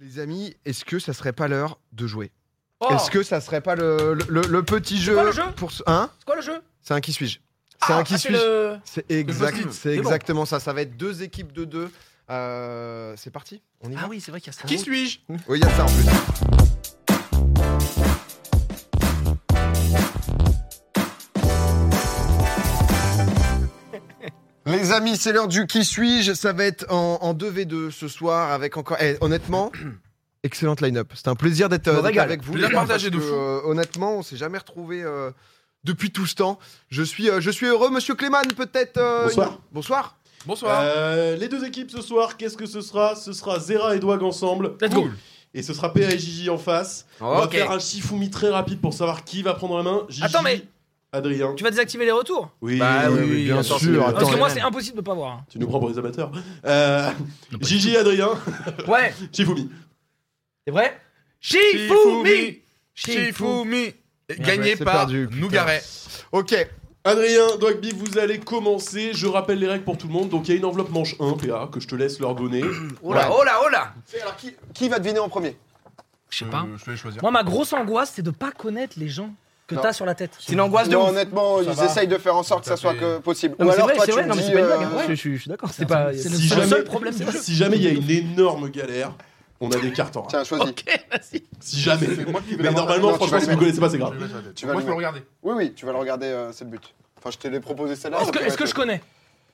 Les amis, est-ce que ça serait pas l'heure de jouer Oh, Est-ce que ça serait pas le, le- le- le petit jeu, quoi le jeu pour ce- hein C'est quoi le jeu Ah, bah, C'est un qui suis-je C'est un qui suis-je le... C'est exact, post-it. c'est C'est bon. exactement ça. Ça va être deux équipes de deux. Euh, c'est parti. On y va. Ah oui, c'est vrai qu'il y a ça. Qui suis-je Oui, il y a ça en plus. Les amis, c'est l'heure du qui suis-je. Ça va être en, en 2v2 ce soir avec encore. eh, honnêtement, excellente line-up. C'était un plaisir d'être euh, Me d'être régale. avec vous. Tu l'as parce partagé de que, fou. euh, honnêtement, on s'est jamais retrouvé depuis tout ce temps. Je suis, euh, je suis heureux, monsieur Clément, peut-être. euh, Bonsoir. une- Bonsoir. Bonsoir. Euh, les deux équipes ce soir, qu'est-ce que ce sera Ce sera Zera et Douag ensemble. Let's go. Et ce sera PA et Gigi en face. On va Ok. faire un Shifumi très rapide pour savoir qui va prendre la main. Gigi, Attends, mais- Adrien. Tu vas désactiver les retours Ah Oui, Bah oui, oui, bien sûr, attends, c'est- attends. Parce que moi, c'est c'est impossible de pas voir. hein. tu nous prends pour des amateurs. Euh, Gigi, Adrien, Ouais, Shifumi. c'est vrai Shifumi Shifumi Shifumi ouais, Gagné c'est par perdu, putain. Nougaret. Ok. Adrien, Doagby, vous allez commencer. Je rappelle les règles pour tout le monde. Donc il y a une enveloppe manche 1, PA, que je te laisse leur donner. Oh là, oh là, oh là Alors, qui, qui va deviner en premier Je sais pas. Euh, Je vais choisir. Mmh. Moi, ma grosse angoisse, c'est de pas connaître les gens que Non. t'as sur la tête. C'est une angoisse de Non, ouf. honnêtement, Ça ils va. essayent de faire en sorte que ça Ça soit fait- que possible. Non, mais Ou c'est alors, vrai, toi, c'est tu vrai, me non, mais dis, c'est pas une blague, euh, hein. Ouais. Je, je- je suis d'accord. C'est pas- C'est c'est le, Si seul- jamais- seul problème du jeu. Si jamais il y a une énorme galère, on a des cartes en rang. Tiens, choisis. Si jamais. C'est moi qui vais Mais l'avoir. normalement, Non, tu vas franchement, si le vous connaissez pas, c'est Je grave. vais la tête. Tu vas le Moi, je peux le regarder. Oui, oui, tu vas le regarder, euh, c'est le but. Enfin, je te l'ai proposé celle-là. Est-ce donc que, tu est-ce vas que je te- connais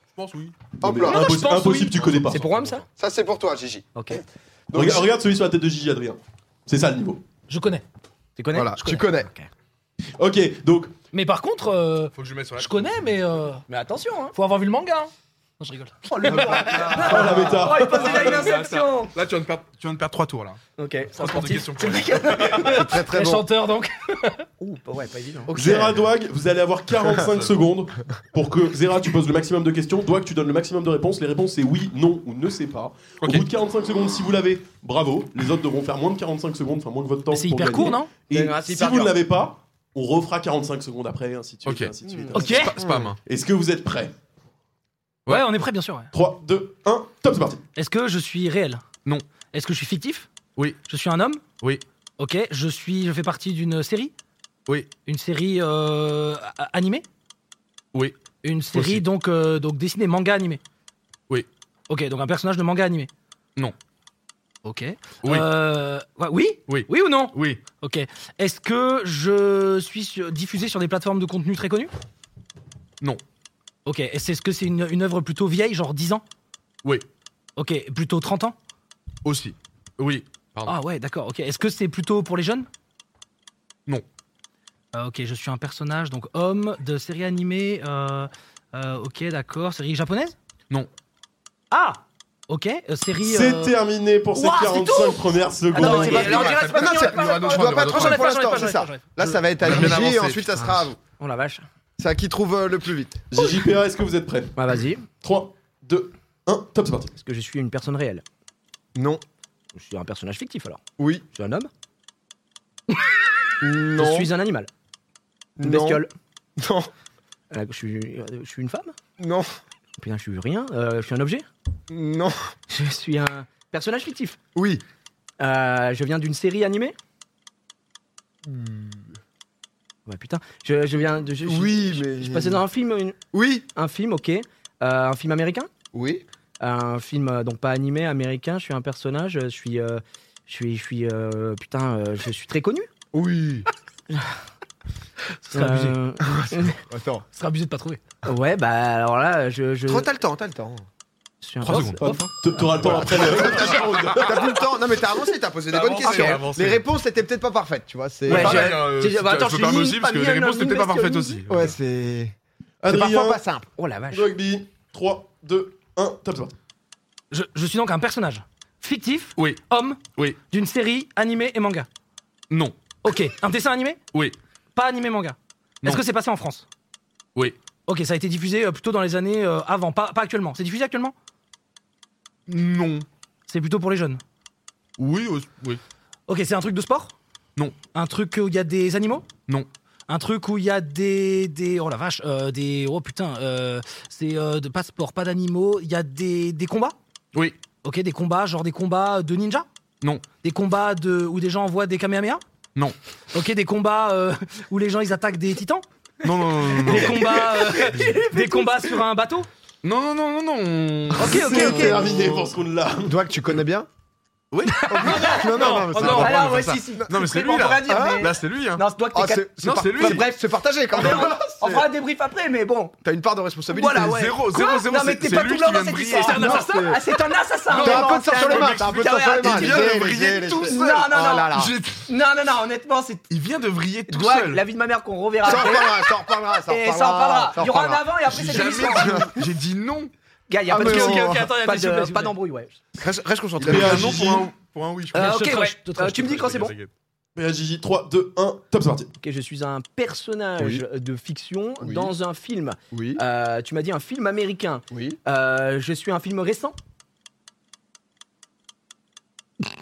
Je pense, oui. Hop là. Non, non, je Impossible, pense, impossible, oui. tu connais pas. C'est pour Rome, ça Ça, c'est pour toi, Gigi. Ok. Donc, Regarde, regarde celui sur la tête de Gigi, Adrien. C'est ça le niveau. Je connais. Tu connais Voilà, Je tu connais. Ok. Ok, donc Mais par contre, euh, Faut que je le mette sur la je connais, mais. euh, Mais attention, hein. Faut avoir vu le manga. hein. Non, je rigole. oh, la Ah, Ah, méta. il passe déjà une interception. Là, tu viens de perdre- tu viens de perdre 3 tours là. Ok, Trois tours de sportif. questions pour elle. C'est très très Les bon. chanteurs, donc. Ouh, bah ouais, pas évident. Zera Douag, vous allez avoir 45 secondes pour que Zera, tu poses le maximum de questions, Douag, tu donnes le maximum de réponses. Les réponses, c'est oui, non ou ne sais pas. Ok. Au bout de 45 secondes, si vous l'avez, bravo. Les autres devront faire moins de 45 secondes, enfin moins que votre temps. C'est pour hyper gagner. court, non Et Non, non, c'est si hyper vous ne dur. l'avez pas, on refera 45 secondes après, ainsi de suite. Ok. ainsi de suite, Mm. ainsi de Ok. suite. Spam. Est-ce que vous êtes prêts Ouais, on est prêt, bien sûr. ouais. 3, 2, 1, top, c'est parti. Est-ce que je suis réel Non. Est-ce que je suis fictif Oui. Je suis un homme Oui. Ok. Je suis. Je fais partie d'une série Oui. Une série euh, a- animée Oui. Une série Aussi. donc euh, donc dessinée, manga animé. Oui. Ok, donc un personnage de manga animé. Non. Ok. Oui. Euh, ouais, oui. Oui. Oui ou non Oui. Ok. Est-ce que je suis sur- diffusé sur des plateformes de contenu très connues Non. Ok. Et c'est- Est-ce que c'est une, une œuvre plutôt vieille, genre 10 ans Oui. Ok. Plutôt 30 ans Aussi. Oui. Pardon. Ah ouais, d'accord, ok. Est-ce que c'est plutôt pour les jeunes Non. Euh, ok, je suis un personnage, donc homme de série animée. euh, euh, ok, d'accord. Série japonaise Non. Ah Ok, euh, série. C'est euh, terminé pour ces Ouah, c'est 45 premières secondes. Ah non, c'est mais pas- là, on dirait- Non, non, c'est- Il y aura d'autres tu choix, dois pas il y aura trop d'autres j'en ai choix. pas, j'en ai pas, j'en ai c'est pas, ça. j'en ai pas. Là, ça va être à On a bien Gigi avancé, et ensuite ça putain. sera à vous. Oh la vache. C'est à qui trouve euh, le plus vite. JJPA, est-ce que vous êtes prêts Bah vas-y, 3, 2, 1, top, c'est parti. parce que je suis une personne réelle. Non. Je suis un personnage fictif alors. Oui. Je suis un homme. Non. Je suis un animal. Une Non. bestiole. Non. Euh, Je suis, euh, je suis une femme. Non. Putain, je suis rien. Euh, je suis un objet. Non. Je suis un personnage fictif. Oui. Euh, je viens d'une série animée. Hmm. Ouais, putain. Je, je viens de. je- je- Oui, je- mais- Je, passais dans un film, une- Oui. un film, ok. Euh, un film américain. Oui. un film euh, donc pas animé américain. Je suis un personnage. euh, Je suis, euh, je suis, je suis euh, putain, euh, je suis très connu. Oui. Ce serait abusé. Euh, Attends. Ce serait abusé de pas trouver. ouais, bah alors là, je, je, Trop, t'as le temps, t'as le temps. je suis un Trois prof. secondes. Enfin, t- T'auras le temps après le. T'as plus le temps. Non, mais t'as avancé, t'as posé des T'as bonnes avancé, questions. t'as avancé. Les réponses étaient peut-être pas parfaites, tu vois. C'est. Ouais, Pareil, j'ai- hein, euh, j'ai- si tu- attends, je peux je suis pas ni aussi parce que les Fabien, réponses ni n'étaient pas Bastien, parfaites ni- aussi. Ouais, c'est. C'est parfois Adrien, pas simple. Oh la vache. Dogby, 3, 2, 1, top, c'est parti. Je, je suis donc un personnage fictif, Oui. homme, Oui. d'une série animée et manga. Non. Ok, un dessin animé Oui. Pas animé manga. Est-ce Non. que c'est passé en France Oui. Ok, ça a été diffusé euh, plutôt dans les années euh, avant, pas, pas actuellement. C'est diffusé actuellement Non. C'est plutôt pour les jeunes. Oui. Oui. oui. Ok, c'est un truc de sport Non. Un truc où il y a des animaux Non. Un truc où il y a des, des. Oh la vache, euh, des. Oh putain, euh, c'est euh, de pas de sport, pas d'animaux. Il y a des, des combats Oui. Ok, des combats, genre des combats de ninja Non. Des combats de... où des gens envoient des Kamehameha Non. Ok, des combats euh, où les gens ils attaquent des titans Non, non, non, non, non. Des combats, euh, des combats sur un bateau Non, non, non, non, non. on- Ok, ok, C'est ok. terminé pour ce round-là. Doig, tu connais bien Oh, Oui. Non, non, non, mais oh ça va. non. va, on Alors, va ouais, faire si, si. Non, mais c'est On lui, là. pourra dire, mais- Là, c'est lui, hein. Non, c'est toi qui Oh, Ah, t'es quatre- c'est- c'est Non, par- c'est lui. enfin, Bref, c'est partagé quand même. On fera un débrief après, mais bon. T'as une part de responsabilité. Voilà, Ah ouais. Oh, Zéro, Quoi zéro, zéro, Non, mais c'est- t'es c'est pas lui tout qui blanc dans vient de cette briller. histoire. C'est un Non, assassin. c'est- Ah, c'est un assassin. T'as un peu de ça sang sur les mains. T'as un peu de sang sur les mains. Tu viens Laissez, de briller laissez, tout laissez. seul. Non, non, Oh là non. là. J'ai- Non, non, non, honnêtement, c'est Il vient de vriller tout Doig, seul. Ah. la vie de ma mère qu'on reverra. Ça en après. reparlera, ça en reparlera, ça en Eh, Et ça en parlera. ça en Il y aura un reparlera. avant et après J'ai cette jamais émission. dit- J'ai dit non. Gars, il y a Ah, pas de Oh. mais question. on- Pas de- Pas d'embrouille, ouais. Reste reste concentré. Il est Mais à un non Gigi. pour un, pour un oui, je crois. Euh, Je te ok, trash, ouais. je te trash, Euh, je Tu te me dis quand c'est bon. PAJJ, 3, 2, 1, top, c'est parti. Ok, je suis un personnage de fiction Oui. dans un film. Oui, Ah. Euh, tu m'as dit un film américain. oui. Euh, je suis un film récent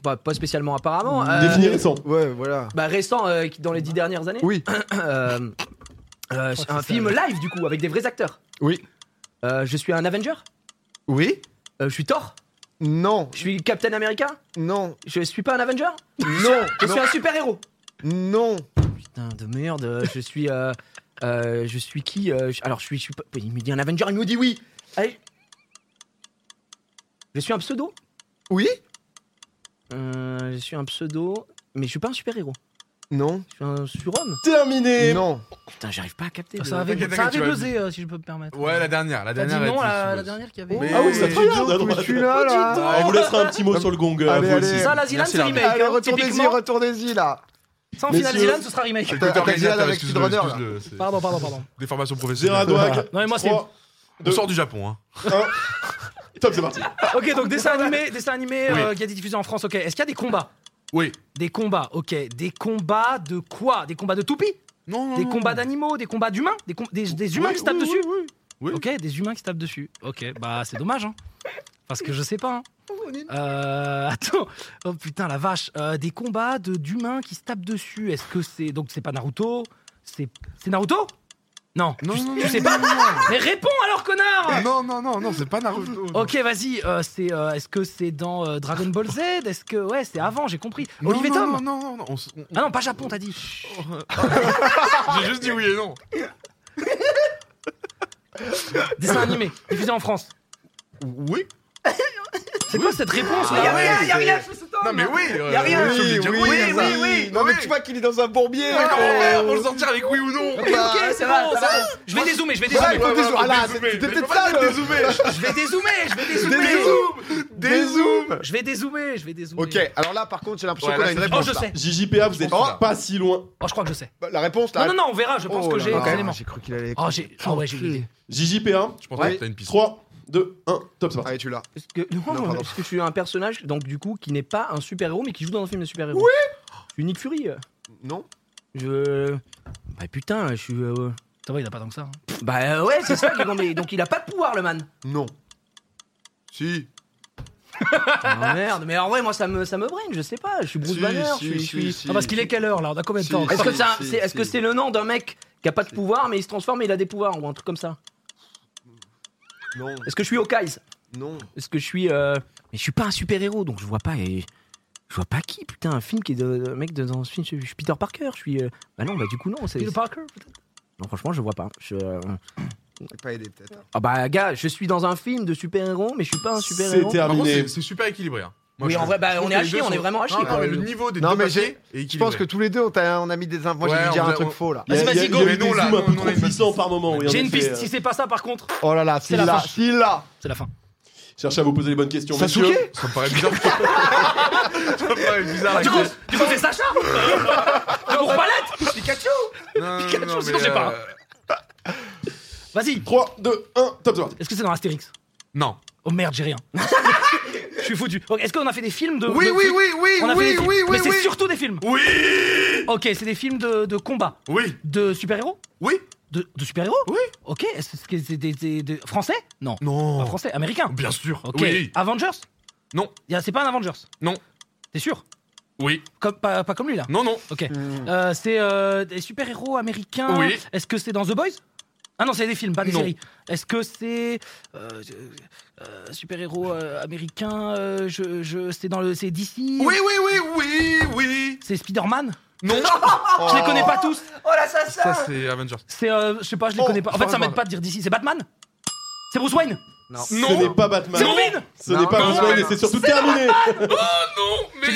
pas, pas spécialement apparemment. Euh, Mmh. Défini récent. Ouais, voilà. bah, récent euh, qui- dans les dix dernières années. Oui, Euh, euh, c'est un ça, film live du coup avec des vrais acteurs. oui, Euh, je suis un Avenger. oui. Euh, je suis Thor. Non, Je suis Captain America. non, Je suis pas un Avenger. non, Je suis un super héros. non. Putain de merde. euh, Je suis. euh, euh, je suis qui euh, je- Alors je suis. je suis pas- il me dit un Avenger. Il me dit oui. Allez. Je suis un pseudo. Oui, Euh, je suis un pseudo, mais je suis pas un super héros. non, Je suis un surhomme. Terminé. non. Ah Putain, j'arrive pas à capter. Ça le- avait, T'inquiète, ça t'inquiète, avait tu vas- buzzé, euh, si je peux me permettre. Ouais, la dernière. La T'as dit dernière. non, elle était la, sous- la dernière qu'il y avait. Euh, Mais- Ah oui, ça Dis donc, tryhard à mais droite. Je suis là, là. Ah, On vous laissera un petit mot sur le gong. euh, Allez, vous aussi. allez. Ça, la Zilan, Merci, c'est la- remake. Allez, hein, retournez-y, typiquement. retournez-y, là. Ça, en finale Messieurs. Zilan, ce sera remake. Écoute, T'as- t'as organisateur, dit avec excuse-le, Speedrunner, là. excuse-le, c'est- Pardon, pardon, pardon. Des formations Gérard professionnelles. Douac. Non, mais moi, c'est- 3, On 2, sort du Japon, hein. 1. Top, c'est parti. Ok, donc dessin animé, dessin animé Oui. euh, qui a été diffusé en France. Ok, est-ce qu'il y a des combats Oui. Des combats, ok. Des combats de quoi Des combats de toupies Non, non. Des non. combats d'animaux Des combats d'humains des, com- des, des humains Hmm. Oui, qui se tapent oui, dessus oui. Ok, des humains qui se tapent dessus. Ok, bah c'est dommage, hein. Parce que je sais pas. hein. Euh, attends, oh putain la vache, Euh, des combats de d'humains qui se tapent dessus. Est-ce que c'est donc c'est pas Naruto C'est c'est Naruto Non. Non, tu, non, tu non, sais non, pas non, non. Mais réponds alors connard Non, non, non, non, c'est pas Naruto. Ok, vas-y. euh, c'est euh, est-ce que c'est dans euh, Dragon Ball Z Est-ce que ouais, c'est avant, j'ai compris. Non, Olivier non, Tom. Non, non, non, non. on s- on- Ah non, pas Japon, t'as dit. J'ai juste dit oui et non. Dessin animé diffusé en France. Oui. C'est quoi cette réponse Ah Mais y là a rien, ouais, y a rien, c'est- je fais ce temps, Non, mais oui. euh, Y a rien. Oui, oui, oui. oui, ça. oui, oui. Non, mais Oui. tu vois qu'il est dans un bourbier. Mais comment faire Oh. pour le sortir avec oui ou non Ok, ok, Bah, c'est va, bon, ça va. c'est bon. Je vais dézoomer, je vais Ouais, dézoomer. ouais, ouais, Faut ah là, c'était dézoomer, mais peut-être faut ça, pas le- dézoomer. Je vais dézoomer, je vais dézoomer. Dézoom Je vais dézoomer, je vais dézoomer. Ok, alors là, par contre, j'ai l'impression Ouais, qu'on là, a une c'est- Oh, réponse. je là. sais. JJPA, vous êtes Oh. pas si loin. Oh, je crois que je sais. Bah, La réponse, Non, là. non, non, on verra. Je pense Oh que là j'ai là. les éléments. J'ai cru qu'il allait. Oh, j'ai. Ah ouais, j'ai une idée. JJPA, Je pense Ouais. que t'as une piste. 3, 2, 1. Top, c'est parti. Allez, tu l'as. Parce que, non, Non, pardon. parce que je suis un personnage, donc du coup, qui n'est pas un super-héros, mais qui joue dans un film de super-héros. Je suis Nick Fury. euh. Non Je. Bah putain, je suis. euh, Ça va, il a pas tant que ça. hein. Bah euh, ouais, c'est ça qui est comblé. Donc il a pas de pouvoir, le man. Non. Si. Ah, merde, mais en vrai, moi, ça me, ça me brain, je sais pas. Je suis Bruce Si, Banner. si, je suis. je si, suis- si. Ah, parce qu'il est quelle heure là On a combien de Si. temps encore Est-ce que c'est un- Si, c'est est-ce si. que c'est le nom d'un mec qui a pas de pouvoir, mais il se transforme et il a des pouvoirs, ou un truc comme ça Non, Est-ce que je suis Hawkeye non. Est-ce que je suis. euh, Mais je suis pas un super héros, donc je vois pas. Et... Je vois pas qui, putain, un film qui est de. un Mec, de- dans ce film, je suis Peter Parker, je suis. euh, Bah non, bah du coup, non, c'est. Peter Parker Non, franchement, je vois pas. Je... euh, J'ai pas aidé, peut-être. Ah bah, gars, je suis dans un film de super-héros, mais Ah, je suis pas un C'est super-héros. Par contre, terminé. c'est- c'est super équilibré. hein. Moi, Oui, je- en vrai, bah, je trouve on est que à les chier, deux on est sont- vraiment à chier, Non, non, quoi. mais le niveau des Non, deux mais papiers j'ai- est Je pense que équilibré. tous les deux, on, t'a- on a mis des infos. Moi, Ouais, j'ai dû dire on un a- truc on- faux, là. Il y a- Vas-y, vas-y, il y a- go. il y a Mais eu non, des là, zooms un non, peu non, trop il y a une puissants piste. par moment. oui, en J'ai une effet, piste. euh. Si c'est pas ça, par contre, Oh là là, C'est s'il la l'a, fin. s'il l'a. c'est la fin. Cherchez à vous poser les bonnes questions. Sasuke messieurs. Ça me paraît bizarre. ça me paraît bizarre. Ah, Du avec- coup, du coup, c'est Sacha Le bourre palette Pikachu Non, Pikachu, non, sinon, mais, je sais pas. euh, Vas-y 3, 2, 1. Top, c'est parti. Est-ce que c'est dans Astérix Non. Oh merde, j'ai rien. Je suis foutu. Ok, Est-ce qu'on a fait des films de. Oui, de- oui, oui, oui, On a fait des oui, films. oui, oui, Mais c'est oui. surtout des films. Oui, Ok, c'est des films de, de combat. oui, De super-héros oui. de, de super-héros Oui. Ok, est-ce que c'est des, des- des- Français Non. Ah, Pas Non. français, américain. Bien sûr. Ok. Oui, Avengers Non. Y a- C'est pas un Avengers Non. T'es sûr oui. Comme- pas, pas comme lui là Non, non. Ok. Euh, c'est euh, des super-héros américains. Oui. Est-ce que c'est dans The Boys Ah non, c'est des films, pas des Non. séries. Est-ce que c'est euh, euh, super-héros euh, américain euh, je, je, C'est dans le, c'est DC Oui, oui, oui, oui, oui. C'est Spider-Man Non. Ah. Je les connais pas tous. Oh l'assassin Ça, c'est Avengers. C'est, euh, je sais pas, je les Oh, connais pas. En fait, ça Spider-Man. m'aide pas de dire DC. C'est Batman C'est Bruce Wayne Non. Ce Bah Non. n'est pas Batman. C'est Robin Ce n'est pas Non, Bruce Wayne non, Eh, et c'est surtout terminé. Oh, Non, mais.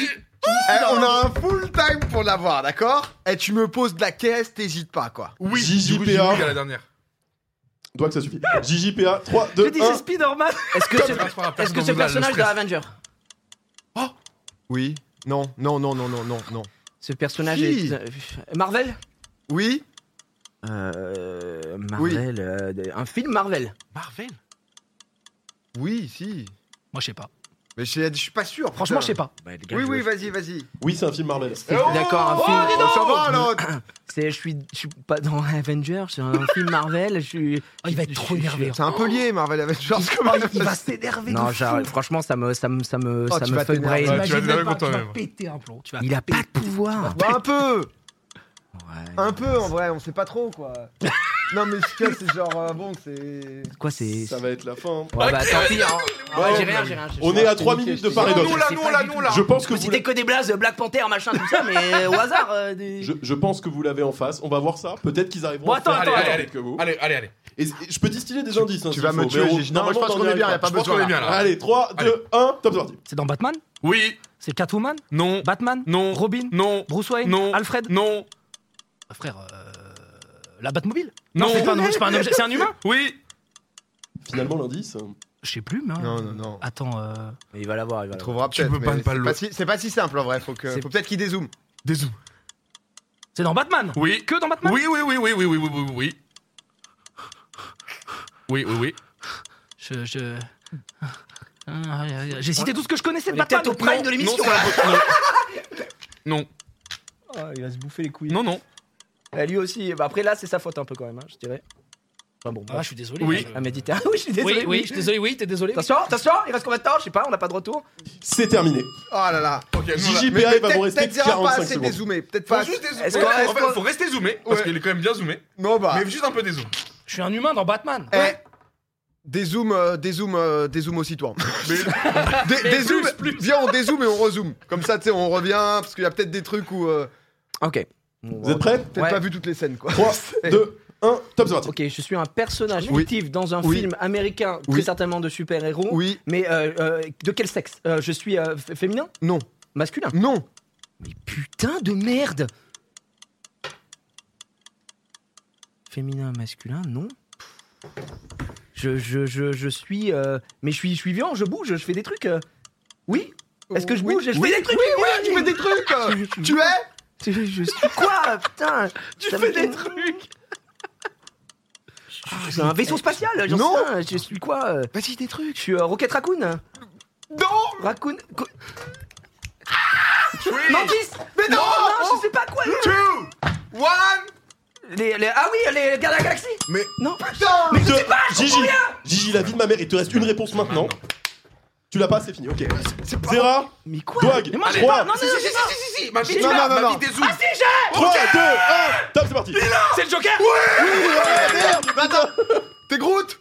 Eh, on a un full time pour l'avoir, d'accord Et tu me poses de la caisse, t'hésites pas, quoi. Oui. JJPA. du coup, j'ai oublié à la dernière. Doit que ça suffit. JJPA 3, J'ai 2, dit c'est 1. Spider-Man Est-ce que Ça passe ce, par la place est-ce que dans ce Google, le personnage de stress. Avenger, Oui. Non, non, non, non, non, non, non. ce personnage Qui est, euh, Marvel Oui euh, Marvel, euh, un film Marvel. Marvel Oui, si. Moi, je sais pas. Mais je je suis pas sûr. putain. Euh, Franchement, je sais pas. Bah, Oui, oui, vas-y, vas-y. Eh, Oui, c'est un film Marvel. C'est- D'accord, un film. Oh, ça va, l'autre C'est, je suis, je suis pas dans Avenger, c'est un film Marvel. Je suis. Oh, il va être trop je- je- énervé. hein. C'est un peu lié, Marvel Avengers. Oh, il- il va s'énerver. de Non, fou. genre, franchement, ça me, ça me, ça me, Oh, ça tu me vas fait t'énerver. brain. Ouais, tu vas Imagine te même lever pas, pour Bah, tu vas toi-même. péter un plomb. Tu vas Il a pas de péter- pouvoir. Bah, un peu Ouais. Un peu, en vrai, on sait pas trop, quoi. non, mais ce qu'il y a, c'est genre, euh, bon, c'est... Quoi, c'est. Ça va être la fin. Ouais, bah, tant pis. hein. Ouais, Ouais, j'ai rien, j'ai rien. j'ai- On j'ai- est à 3 minutes de part et Non, d'autre. nous là, sais nous pas là, du nous tout. là. Je pense que Vous vous citez l'avez- que des blazes, euh, Black Panther, machin, tout ça, mais au hasard. euh, des- je, je pense que vous l'avez en face. On va voir ça. Peut-être qu'ils arriveront. Bon, à attends, faire attends, la attends. même que vous. Allez, allez, allez. Et, et je peux distiller des indices. hein, Tu s'il vas me faut, tuer, mais on- Gigi. Non, moi, je normalement, pense on qu'on y est bien, arrivera. y a pas Je pense besoin. qu'on est là. bien là. Allez, 3, 2, 1, top sorti. C'est dans Batman Oui. C'est Catwoman Non. Bah, Batman Non. Robin Non. Bruce Wayne Non. Alfred Non. Ah, Frère, euh, la Batmobile Non. c'est pas, un- c'est pas un objet, c'est un humain Oui. Finalement, l'indice. hein. Je sais plus, mais. hein. Non, non, non. Attends, euh, Mais Il va l'avoir, il va On l'avoir. trouvera Tu peut-être, peux pas mais ne pas c'est le- pas si- C'est pas si simple, en vrai. Faut, que... C'est- Faut peut-être qu'il dézoome. Désolé. c'est dans Batman Oui. Que dans Batman Oui, oui, oui, oui, oui, oui, oui, oui, oui. Oui, oui, oui. Je. je- Ah, euh, J'ai cité tout ce que je connaissais de On est Batman peut-être au prime de Non, l'émission. c'est un peu- non. Non, Oh, il va se bouffer les couilles. non, non. Eh, lui aussi, bah, après là c'est sa faute un peu quand même, hein, je dirais. Enfin bon, Ah, bref. je suis désolé. Oui. je- Ah, mais dites- ah oui, je suis désolé. oui, oui, je suis désolé, oui, t'es désolé. Attention, attention, il reste combien de temps Je sais pas, on n'a pas de retour. C'est terminé. Oh là là Ok, nous, on a- Gigi Mais PA, il va peut-être- vous rester peut-être Gérard pas 45 assez secondes. dézoomé. Peut-être Faut pas... juste dézoomer. Est-ce qu'on- Ouais, est-ce en fait, qu'on- faut rester zoomé parce Ouais. qu'il est quand même bien zoomé. Non, bah... Mais juste un peu dézoom. Je suis un humain dans Batman. Eh, Dézoome, euh, dézoome, euh, dézoome aussi toi. Mais Dé- dézoome, viens on dézoome et on rezoome. Comme ça, tu sais, on revient parce qu'il y a peut-être des trucs où euh, Ok. Vous êtes prêts peut-être Ouais. pas vu toutes les scènes quoi. 3, 2, 1, top sorti. Ok, je suis un personnage Oui. fictif dans un Oui. film américain, Oui. très certainement de super-héros. Oui, Mais euh, euh, de quel sexe Euh, Je suis euh, f- féminin non, Masculin non. Mais putain de merde Féminin, masculin, non je, je, je, je suis... euh, mais je suis, je suis vivant, je bouge, je fais des trucs. euh. Oui Est-ce que je Oui. bouge Je Oui, fais des trucs Oui, oui, tu fais des trucs. euh. Je- je- tu es Je, je suis quoi Putain Tu fais des trucs Ah, C'est un vaisseau spatial, j'en Non. sais rien, Je suis quoi euh, Vas-y des trucs. Je suis euh, Rocket Raccoon Non, Raccoon... co- Three, Mantis mais non. Non, je sais pas quoi two, one. les, les- Ah oui, les gardes de la galaxie Mais- Non Putain. Mais je Deux. sais pas Gigi, Gigi, la vie de ma mère, il te reste une réponse maintenant. Tu l'as pas, c'est fini, ok. C'est pas. Zera, Mais quoi Doig, Mais moi, j'ai 3, pas- non, non, Si, si, si, si, si, si, si, ma vie, Non, non, ma non, vie dézoome. Ah si, j'ai 3, 2, 1, top, c'est parti. C'est le Joker Ah, merde. Mais attends, t'es Groot.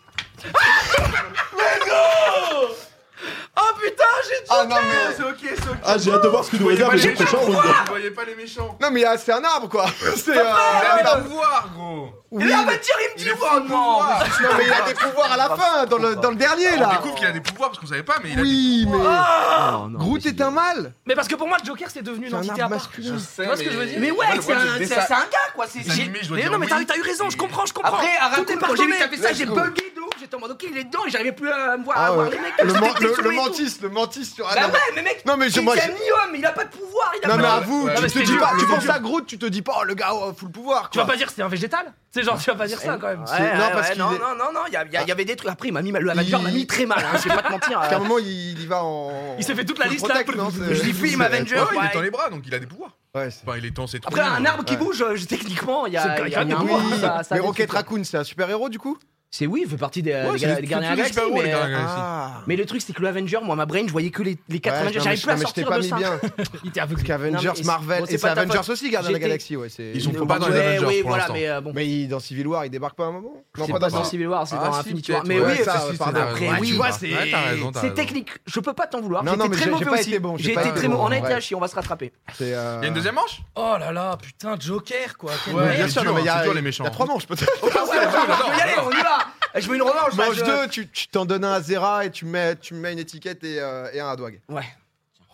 Oh putain, j'ai Ah non mais. C'est ok, c'est ok. Ah, j'ai hâte de voir ce que nous Vous voyez réserve pas les les prochains rounds. méchants. Vous voyez pas les méchants. Non mais ah, c'est un arbre quoi. C'est. euh, Il un avait arbre. le pouvoir, gros. Oui, Là, on mais- va dire, il me Il dit est oh fou, non pouvoir. non mais il a des pouvoirs à la fin dans le dans le dernier On là. découvre qu'il a des pouvoirs parce qu'on savait pas, mais il a des Oui mais. oh, non, Groot mais est un mâle. Mais parce que pour moi, le Joker, c'est devenu C'est une un entité à arbre part. masculin. sais, Tu vois ce que je veux dire Mais ouais, Moi, c'est moi, un- j'ai c'est ça- c'est un gars quoi, c'est Ça j'ai- animé, je dois Mais dire non, mais t'as oui. t'as eu raison, je Et- comprends, je comprends. Après, à Tout est Raccoon, quand j'ai vu que t'as fait ça, Let's j'ai go. bugué de ouf, j'étais en mode ok, il est dedans, et j'arrivais plus à me voir, à Ah voir ouais. les mecs. Le, j'étais man- le- désolé le et tout. mantis, le mantis sur Bah Adam. ouais, mais mec, Non mais je, c'est moi, un je- homme, il a pas de pouvoir, il a non mais pas de. avoue, ouais, tu mais te c'était dis dur, pas, le tu c'était penses dur. à Groot, tu te dis pas oh le gars a full pouvoir Tu vas quoi. pas dire c'est un végétal C'est genre, tu vas pas dire ça quand même. C'est- non, parce qu'il non, est- non, non, non, il y, a- il y a- il y avait des trucs. Après, il m'a mis mal- le Avenger Il- m'a mis très mal, hein, je vais pas te mentir. Parce qu'à un euh, moment il, il y va en. Il s'est fait toute la full liste, protect, là. non, c'est- Je l'ai fait, il Ouais, m'Avenger. il est dans les bras, donc il a des pouvoirs. Ouais, c'est- Enfin, il est temps, c'est trop Après, bien. un arbre qui bouge, euh, je- techniquement, il y a C'est il y a- il y a quelqu'un un qui Oui, arbre, ça- ça mais détruit, Rocket quoi. Raccoon, c'est un super héros du coup C'est oui, il fait partie des, Ouais, des c'est ga- les- des gardiens c'est tous les Galaxy, super-héros, les mais, gardiens euh, Galaxy. Ah. mais le truc, c'est que le Avenger, moi, ma brain, je voyais que les, les quatre Ouais, Avengers. non, mais J'arrivais je- plus à non, mais je t'ai sortir pas de mis ça. bien. Il était aveuglé. Parce qu'Avengers, Non, mais c'est- Marvel, bon, c'est et c'est pas ta Avengers faute. aussi, Gardien de la J'étais- Galaxie. Ouais, c'est- Ils sont Mais- pas dans les Ouais, Avengers oui, pour voilà, l'instant. mais euh, bon. Mais ils- dans Civil War, ils débarquent pas à un moment Non, C'est pas dans dans- Civil War, c'est Ah, dans si, Infinity War. peut-être, Mais ouais, oui, si, ça, euh, si, t'as pardon. raison. après, Ouais, oui, tu vois, vois, c'est- ouais, t'as raison, t'as c'est raison. technique. Je peux pas t'en vouloir. Non, non, J'étais mais très j'ai- mauvais j'ai pas aussi. été bon, j'ai J'ai pas été été très bon, mauvais. On a en été vrai. hachis, on va se rattraper. C'est. euh, Il y a une deuxième manche Oh là là, putain, Joker quoi. quelle Ouais, merde. Bien sûr, non, mais il y C'est a dur, les il y méchants. a trois manches peut-être. On peut y aller, on y va. Je veux une revanche. Bah, là, Mange je- deux, tu tu t'en donnes un à Zera et tu mets, tu mets une étiquette et, euh, et un à Dwag. Ouais.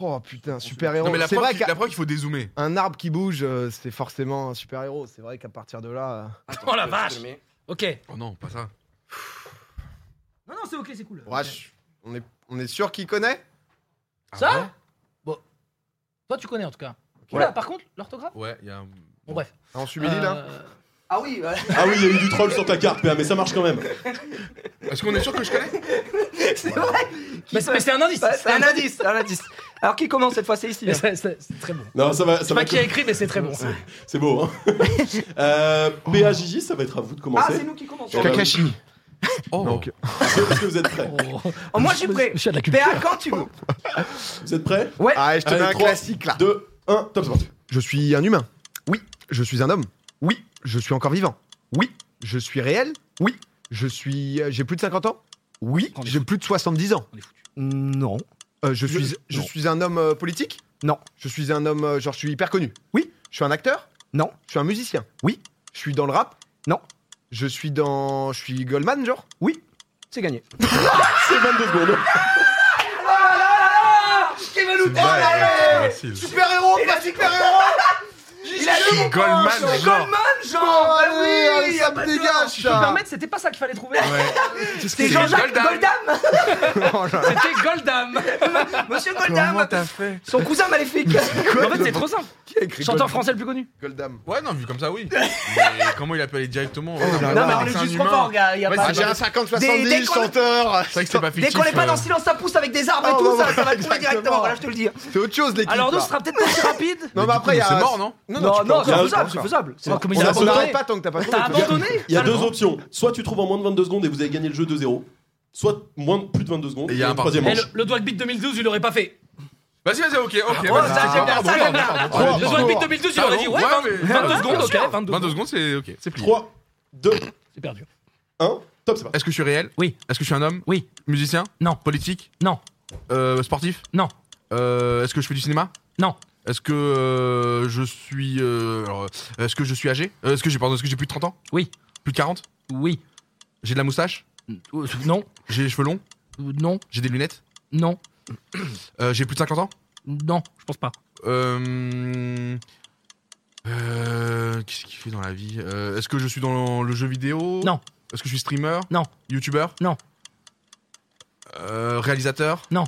Oh putain, super héros. Non, mais la C'est preuve vrai qu'il- la qu'un preuve qu'il faut dézoomer. un arbre qui bouge, euh, c'est forcément un super héros. C'est vrai qu'à partir de là. euh, Oh la vache. Ok. Oh non, pas ça. Non non, c'est ok, c'est cool. Ok. Wesh, euh, on est, on est sûr qu'il connaît Ça Toi tu connais en tout cas. Oula, par contre, l'orthographe. Ouais, il y a un. Bon bref. On s'humilie là Euh, Ah oui, voilà. Ah oui, il y a eu du troll sur ta carte, PA, mais ça marche quand même. Est-ce qu'on est sûr que je connais c'est vrai. Mais c'est mais c'est un indice. Ouais, C'est un indice, c'est un indice. Alors qui commence cette fois C'est ici. Mais hein. C'est c'est- c'est très bon. Non, ça va, Je ça sais va. pas qui a écrit, mais c'est très bon. C'est beau, hein. euh, PA Gigi, ça va être à vous de Ah, commencer. c'est nous qui commençons. Ouais. Kakashi. Oh, Donc, Est-ce que- est-ce que vous êtes prêts Oh. Oh, moi, je suis prêt. Je suis à la culture. PA, quand tu veux. Vous êtes prêts Ouais. Ah, je te Allez, mets un trois, classique là. 2, 1, top, c'est parti. Je suis un humain. Oui. Je suis un homme. Oui. Je suis encore vivant. Oui. Je suis réel. Oui. Je suis. euh, J'ai plus de 50 ans. Oui. On est J'ai plus de 70 ans. Non. Euh, je suis. Je non. suis un homme euh, politique. Non. Je suis un homme. euh, genre, je suis hyper connu. Oui. Je suis un acteur. Non. Je suis un musicien. Oui. Je suis dans le rap. Non. Je suis dans. Je suis Goldman, genre. C'est gagné. C'est 22 secondes. c'est vrai, c'est facile. Super héros, pas super héros. Il a Qui Goldman, genre. Jean Ah oui, ça me dégage. Je peux me permettre, c'était pas ça qu'il fallait trouver. C'est Jean-Jacques Goldam. Goldam C'était Goldam. Monsieur Goldam t'as fait Son cousin maléfique En fait, c'est trop simple. Chanteur français le plus connu. Goldam. Ouais, non, vu comme ça, oui. Mais comment il appelait directement ouais, là là. non, Non mais on c'est est un juste humain. trop fort, gars, y a Ouais, pas Ah, c'est j'ai de- un 50 Dès- dès 70 qu'on- chanteur. C'est vrai que c'est pas Dès fictif. qu'on est pas dans euh, silence, ça pousse avec des arbres et Oh, tout, bah, ça, ça va trouver exactement. directement, voilà, je te le dis. hein. C'est autre chose, les clips, Alors nous, là. ce sera peut-être pas si rapide. Non, mais après, il y a. C'est mort, non Non, Non, non, encore, c'est tu faisable, c'est faisable. C'est pas comme On il a a- on abandonné. n'arrête pas tant que t'as pas trouvé. T'as abandonné Il y a Seulement. deux options. Soit tu trouves en moins de 22 secondes et vous avez gagné le jeu 2-0. Soit moins de plus de 22 secondes. Et il y a un une troisième Eh, manche. le, le Dwag Beat 2012, il l'aurait pas fait. Vas-y, vas-y, ok, ok. Oh, vas-y. ça, j'aime bien, Pardon, ça, j'aime pardon, bien. Oh, pardon, Le Pardon. Dwag Beat 2012, il aurait dit Ouais, 20 mais- 22 Bien secondes, sûr. ok, 22 22 secondes, c'est ok, c'est plié. 3, 2, C'est perdu. 1, top, c'est parti. Est-ce que je suis réel Oui. Est-ce que je suis un homme Oui. Musicien Non. Politique Non. Euh, Sportif Non. Euh, Est-ce que je fais du cinéma Non. Est-ce que euh, je suis euh, alors, euh, est-ce que je suis âgé Euh, Est-ce que j'ai pardon, est-ce que j'ai plus de 30 ans Oui. Plus de 40 Oui. J'ai de la moustache Euh, Non. J'ai les cheveux longs Euh, Non. J'ai des lunettes Non. Euh, J'ai plus de 50 ans Non. Je pense pas. Euh, euh, Qu'est-ce qu'il fait dans la vie Euh, Est-ce que je suis dans le jeu vidéo Non. Est-ce que je suis streamer Non. Youtubeur Non. Euh, réalisateur Non.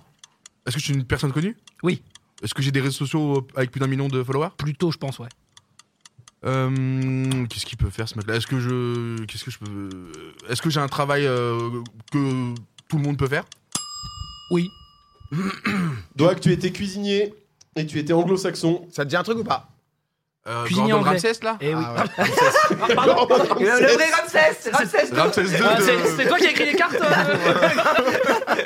Est-ce que je suis une personne connue Oui. Est-ce que j'ai des réseaux sociaux avec plus d'un million de followers Plutôt, je pense, ouais. Euh, Qu'est-ce qu'il peut faire ce mec-là Est-ce que je. Qu'est-ce que je peux. Est-ce que j'ai un travail euh, que tout le monde peut faire Oui. Doak, tu étais cuisinier et tu étais anglo-saxon. Ça te dit un truc ou pas euh, Cuisinier Gordon anglais. Ramsay, là Eh oui. Ah ouais. Ah, pardon. Le le vrai Ramsès, Ramsès Ramsès 2 Ah, c'est c'est toi qui as écrit les cartes euh,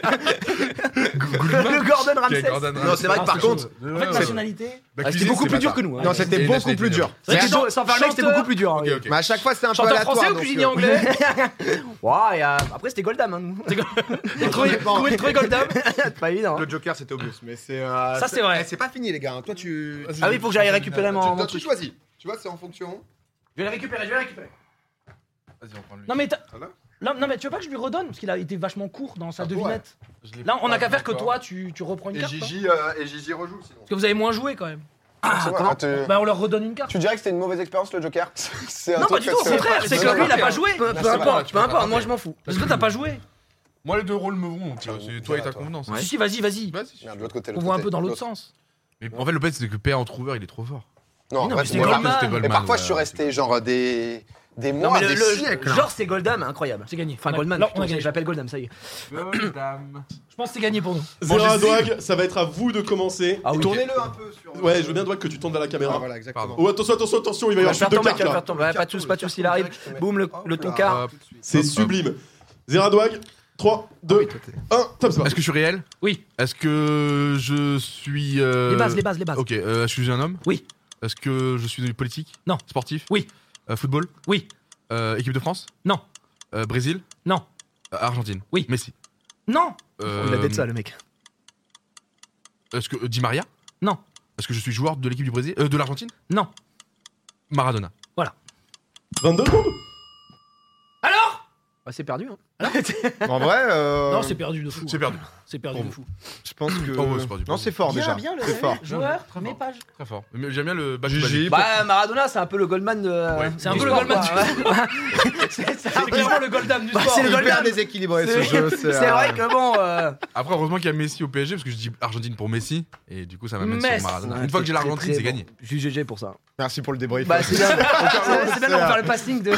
le Gordon Ramsay. Non, c'est vrai que par contre, En fait, Bah, nationalité. Ah, C'était beaucoup plus dur que nous. hein. non, c'était Et beaucoup la plus dur. C'est vrai que C'est- sans- sans faire le mec, c'était Chanteur. beaucoup plus dur. hein, oui. Mais à chaque fois, c'est un peu Chanteur aléatoire. français ou donc, cuisinier euh, anglais Ouah, et, euh, Après, c'était Goldam. hein, nous. Trouver trouver- trouver Goldam. C'est pas évident. hein. Le Joker, c'était obvious, mais c'est. euh, Ça, c'est vrai. eh, C'est pas fini, les gars. hein. Toi, tu. Ah oui, faut que j'aille récupérer mon. Non, mon tu truc. choisis. Tu vois, c'est en fonction. Je vais le récupérer, je vais le récupérer. Vas-y, on prend lui. Non mais, t'as- Voilà. non, non, mais tu veux pas que je lui redonne Parce qu'il a été vachement court dans sa Ah, devinette. Je l'ai Là, on pas a qu'à faire que encore. toi, tu, tu reprends une Et carte. hein. Gigi, euh, et Gigi rejoue, sinon. Parce que vous avez moins joué quand même. Ah, Bah, on leur redonne une carte. Tu dirais que c'était une mauvaise expérience, le Joker Non, pas du tout, au contraire. C'est que lui, il a pas joué. Peu Parce peu c'est pas grave, importe, tu peux peu importe, rattraper. moi je m'en fous. que toi, t'as pas joué. Moi, les deux rôles me vont, donc euh, c'est toi et ta toi. convenance. Si, si, vas-y, vas-y. Vas-y. de l'autre côté. On voit un peu dans l'autre sens. Mais en fait, le pète, c'est que Père en trouveur, il est trop fort. Non, mais c'est moi, euh, Goldman. c'était Goldman, Et parfois, ouais, je suis ouais, resté genre des, des mois, Non, mais le, des le- siècles. hein. genre c'est Goldam, hein, incroyable. C'est gagné. Enfin Ouais. Goldman, Non, putain, on a gagné. je l'appelle Goldam, ça y est. Je pense que c'est gagné pour nous. Zera, Doak, ça va être à vous de commencer. Ah oui. Tournez-le un peu sur. Ouais, je veux bien, Doak, que tu tournes vers la Ah, caméra. voilà, exactement. Pardon. Oh, attention, attention, attention, il va y On va avoir faire chute de tomber, cartes on va là. faire tomber. Ouais, Pas de soucis, pas de soucis, il arrive. Boum, le, le Hop là. toncard. Hop. C'est Hop, hop. sublime. Zeradwag, 3, Ah 2, 1, top, c'est Est-ce parti. que je suis réel Oui. Est-ce que je suis. euh, Les bases, les bases, les bases. Ok, euh, est-ce que je suis un homme Oui. Est-ce que je suis politique Non. Sportif Oui. Euh, football Oui. Euh, équipe de France Non. Euh, Brésil Non. Euh, Argentine Oui. Messi Non Euh, Il a tête ça, le mec. Est-ce que. euh, Di Maria Non. Est-ce que je suis joueur de l'équipe du Brésil euh, De l'Argentine Non. Maradona. 22 secondes Alors Bah, c'est perdu. Hein. En vrai, euh, Non, c'est perdu de fou. hein. C'est perdu. C'est perdu Bon. de fou. je pense que. Oh, ouais, c'est pas du non, tout. c'est fort Bien, déjà. bien, le c'est fort. Joueur, mais pas. Très fort. Mais J'aime bien le back to GG. Bah, Maradona, c'est un peu le Goldman de. Ouais. C'est un du peu le sport, Goldman quoi, du- ouais. C'est c'est un peu- clairement le Goldam du Bah, sport. c'est le hyper Goldman. déséquilibré ce C'est- jeu. C'est vrai que bon. euh, back. Après, heureusement qu'il y a Messi au PSG parce que je dis Argentine pour Messi et du coup ça m'amène Messi. sur Maradona. Une fois que j'ai très, l'Argentine, très c'est bon. gagné. Je suis GG pour ça. Merci pour le débrief. Bah, c'est bien. c'est bien, c'est bien, on va faire le passing de.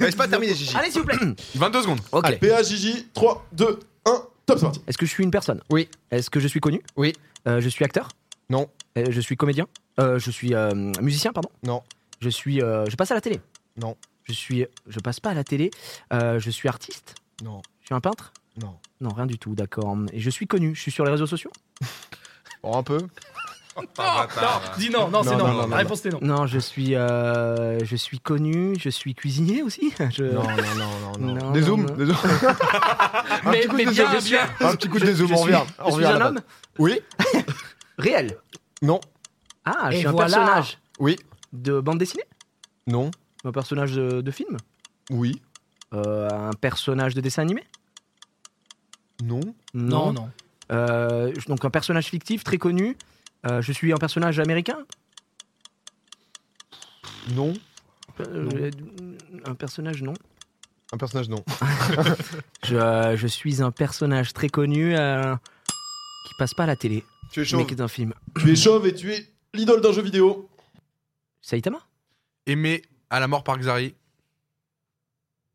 Mais c'est pas terminé, Gigi. Allez, s'il vous plaît. 22 secondes. Ok. PA, Gigi, 3, 2, 1, top, c'est parti. Est-ce que je suis une personne Oui. Est-ce que je suis connu Oui. Euh, je suis acteur Non. Euh, je suis comédien Euh, Je suis euh, musicien, pardon Non. Je suis. euh, je passe à la télé Non. Je suis. Je passe pas à la télé. Euh, je suis artiste Non, Je suis un peintre non. Non, rien du tout, d'accord. Et je suis connu Je suis sur les réseaux sociaux Bon, un peu. Non, non, dis non, non, c'est Non, non. non, non, La réponse, c'est non. Non, je suis. euh, je suis connu Je suis cuisinier aussi Je- Non, non, non, non. Euh, Non, des non, zooms, non. des zooms. un, Mais, petit coup mais de bien, zoom. bien. un petit coup Je- de zoom, je on suis- revient. on Je suis revient à un la homme base. Oui, réel non, Ah, je Et suis un voilà. personnage oui, de bande dessinée non, Un personnage de, de film oui, Euh, Un personnage de dessin animé non, Non, non. Euh, je- donc un personnage fictif très connu. Euh, je suis un personnage américain. non. Euh, Un personnage non. Un personnage, non. Je, euh, je suis un personnage très connu euh, qui passe pas à la télé, Tu es mais chaud. qui est un film. Tu es chauve et tu es l'idole d'un jeu vidéo. Saitama Aimé à la mort par Xari.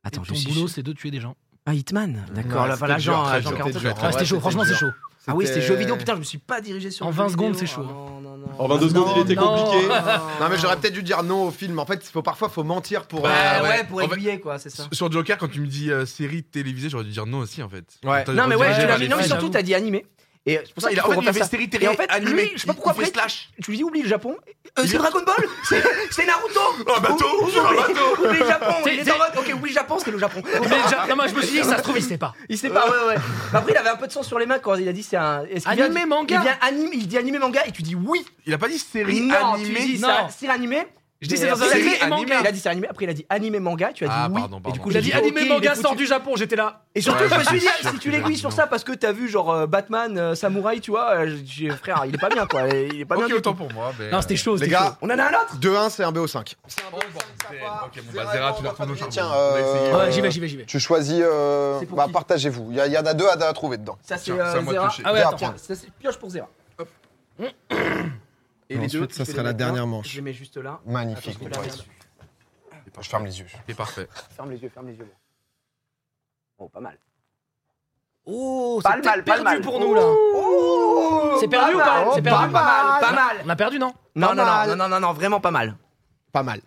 Attends, Et je ton suis. boulot, c'est de tuer des gens. Ah Hitman, d'accord. Ouais, là, voilà, c'était Jean, dur, très Jean dur, 42. c'était dur. Ah, c'était chaud, franchement, c'est chaud. Ah oui, c'était jeu vidéo. Putain, je me suis pas dirigé sur. En le 20 jeu secondes, vidéo. c'est chaud. hein. Ah non, non, non. En 22 secondes, il était non. compliqué. Non, mais j'aurais peut-être dû dire non au film. En fait, faut, parfois, faut mentir pour. euh, Ouais, Ah ouais. ouais, pour En fait- aiguiller quoi, c'est ça. Sur Joker, quand tu me dis euh, série télévisée, j'aurais dû dire non aussi en fait. Ouais. T'as- Non, mais ouais, j'aurais tu dû l'as aller mis. Non, mais faire surtout, t'as dit animé. Et c'est pour ça il qu'il a- en faut fait, il refaire avait ça. série Et télé en fait, animée. lui, je sais pas Il- pourquoi il fait après, slash. tu lui dis oublie le Japon. Euh, c'est Dragon Ball C'est c'est Naruto Oh, un bateau Ou- Sur un oublie- bateau Oublie le Japon C'est- Il est c'est- en mode, ok, oublie le Japon, c'était le Japon. Mais déjà- non, moi, je me suis dit, ça se trouve, il sait pas. Il sait pas, ouais, ouais. Mais Après, il avait un peu de sang sur les mains quand il a dit c'est un. est-ce qu'il vient Animé, du- manga. Il, vient anime, il dit animé manga et tu dis oui Il a pas dit série Non, tu animée dis non. c'est un- c'est animé. Je dis, Mais c'est dans un après, il a animé dit- et manga. Il a dit c'est animé, après il a dit animé manga, tu as dit Ah, oui. pardon, Et du pardon. coup, Il a dit j'ai ok, animé il est manga foutu. sort du Japon, j'étais là. Et surtout, Ouais, je me suis j'étais dit, sûr si que tu j'allais l'aiguilles dire sur non. ça parce que t'as vu genre euh, Batman, euh, Samouraï, tu vois, euh, j'ai- frère, il est pas bien quoi, il est pas bien. Ok, du autant tout. pour moi. mais, Non, c'était euh, chaud, Les c'était gars, chaud. On en a un autre 2-1, c'est un BO5. Oh, bordel. Ok, bon, bah, Zéro, Zera, on tu va dois prendre pas nos donner, charbons. tiens, On va essayer. euh, Ouais, j'y vais, j'y vais, j'y vais. Tu choisis. euh, C'est pour bah, qui partagez-vous. Il y, a- il y en a deux à, à trouver dedans. Ça c'est Tiens, c'est à euh, moi de Zera. piocher. Ah ouais, Zera, attends. prends. Tiens, ça, c'est pioche pour Zera. Hop. Et ensuite, tu ça fais sera les la mettre dernière là. manche. Je les mets juste là. Magnifique. Attends, je te la ouais. mets. Je ferme les yeux. C'est parfait. Ferme les yeux, ferme les yeux. moi. Oh, pas mal. Oh, Pas c'est le peut-être mal, pas le perdu mal. pour nous là. Oh, C'est perdu ou pas C'est Pas perdu. mal, pas mal. On a perdu, non Non, non, non, mal. non, non, non, non, vraiment pas mal. Pas mal.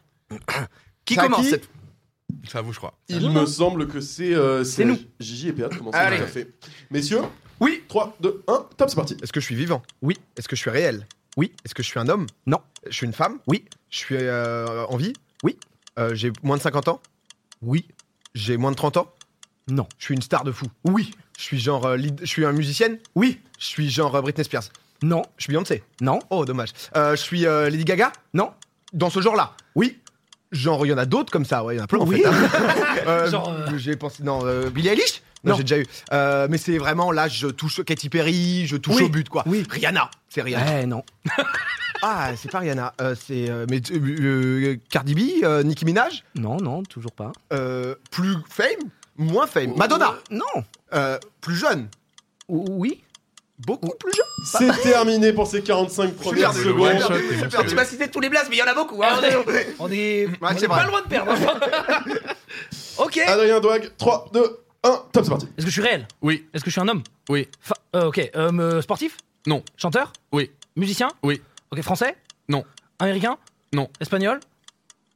Qui C'est à commence qui cette- C'est à vous, je crois. Il me semble que c'est. euh, c'est nous. Gigi et PA de commencer. Allez. Tout à fait. Messieurs Oui. 3, 2, 1, top, c'est parti. Est-ce que je suis vivant Oui. Est-ce que je suis réel Oui. Est-ce que je suis un homme Non. Je suis une femme Oui. Je suis euh, en vie Oui. Euh, J'ai moins de 50 ans Oui. J'ai moins de 30 ans Non. Je suis une star de fou. Oui. Je suis genre. euh, lead- Je suis un musicienne Oui. Je suis genre euh, Britney Spears. Non. Je suis Beyoncé. Non. Oh, dommage. Euh, je suis euh, Lady Gaga Non. Dans ce genre-là Oui. Genre, il y en a d'autres comme ça, ouais, il y en a plein Oui. en fait. hein. Euh, Genre, euh, J'ai pensé. Non, euh, Billie Eilish Non, Non. j'ai déjà eu. Euh, mais c'est vraiment là, je touche Katy Perry, je touche Oui. au but, quoi. Oui. Rihanna, c'est Rihanna. Eh non. Ah, c'est pas Rihanna, euh, c'est euh, mais, euh, euh, Cardi B, euh, Nicki Minaj, Non, non, toujours pas. euh, plus fame, moins fame. Madonna, Euh, Non. euh, plus jeune, Ou- Oui. beaucoup plus jeune. C'est terminé pour ces 45 premières perdu, Le Second. one secondes. shot est C'est monstrueux. parti, Tu m'as cité tous les blases, mais il y en a beaucoup. hein. Ah, On est on c'est est vrai. pas loin de perdre. hein. Ok. Est-ce Adrien Douag, 3, 2, 1, top, c'est parti. que je suis réel Oui. Est-ce que je suis un homme Oui. Fa- euh, ok. Euh, me- sportif Non. Chanteur Oui. Musicien Oui. Ok. Français Non. Américain Non. Espagnol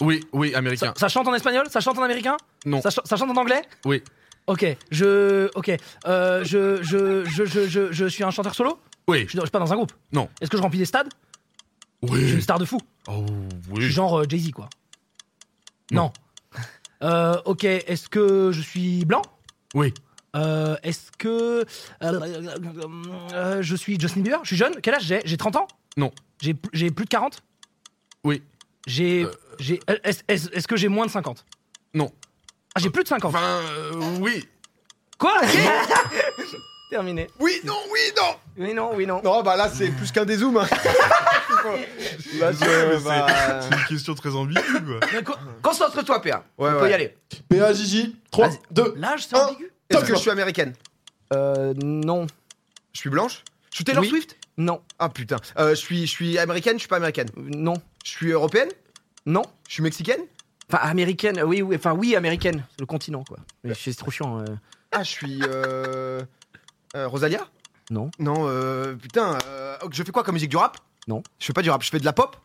Oui, oui, américain. ça, ça chante en espagnol Ça chante en américain Non. Ça, ch- ça chante en anglais Oui. Ok, je, ok, Euh, je, je, je, je, je, je suis un chanteur solo. Oui. Je suis, dans- je suis pas dans un groupe. Non. Est-ce que je remplis des stades Je suis une Oui. star de fou. Oh, Je oui. suis genre euh, Jay-Z quoi. Non. Non. Euh, ok, est-ce que je suis blanc Oui. Euh, est-ce que euh, euh, je suis Justin Bieber Je suis jeune Quel âge j'ai J'ai 30 ans Non. J'ai pl- j'ai plus de 40 Oui. J'ai Euh. j'ai est-ce est-ce- est-ce que j'ai moins de 50 Non. Ah, j'ai plus de 50. Enfin, euh, oui. Quoi Terminé. Oui, non, oui, non Oui, non, oui, non. Non, bah là, c'est plus qu'un dézoom. hein. Bah, c'est c'est une question très ambiguë. quoi. Mais co- Concentre-toi, PA. Ouais, On peut y aller. PA, Gigi, 3, Vas-y. 2. L'âge c'est Un. ambigu. Est-ce que je suis américaine Euh, non. Je suis blanche Je suis Taylor Oui. Swift Non. Ah putain. Euh, je, suis, je suis américaine, je suis pas américaine. Non. Je suis européenne Non. Je suis mexicaine Enfin, américaine, euh, oui, oui, enfin, oui, américaine. C'est le continent, quoi. Mais C'est trop chiant. euh. Ah, je suis. Euh... euh, Rosalia Non. Non, euh, putain. euh, oh, je fais quoi comme musique Du rap Non. Je fais pas du rap, je fais de la pop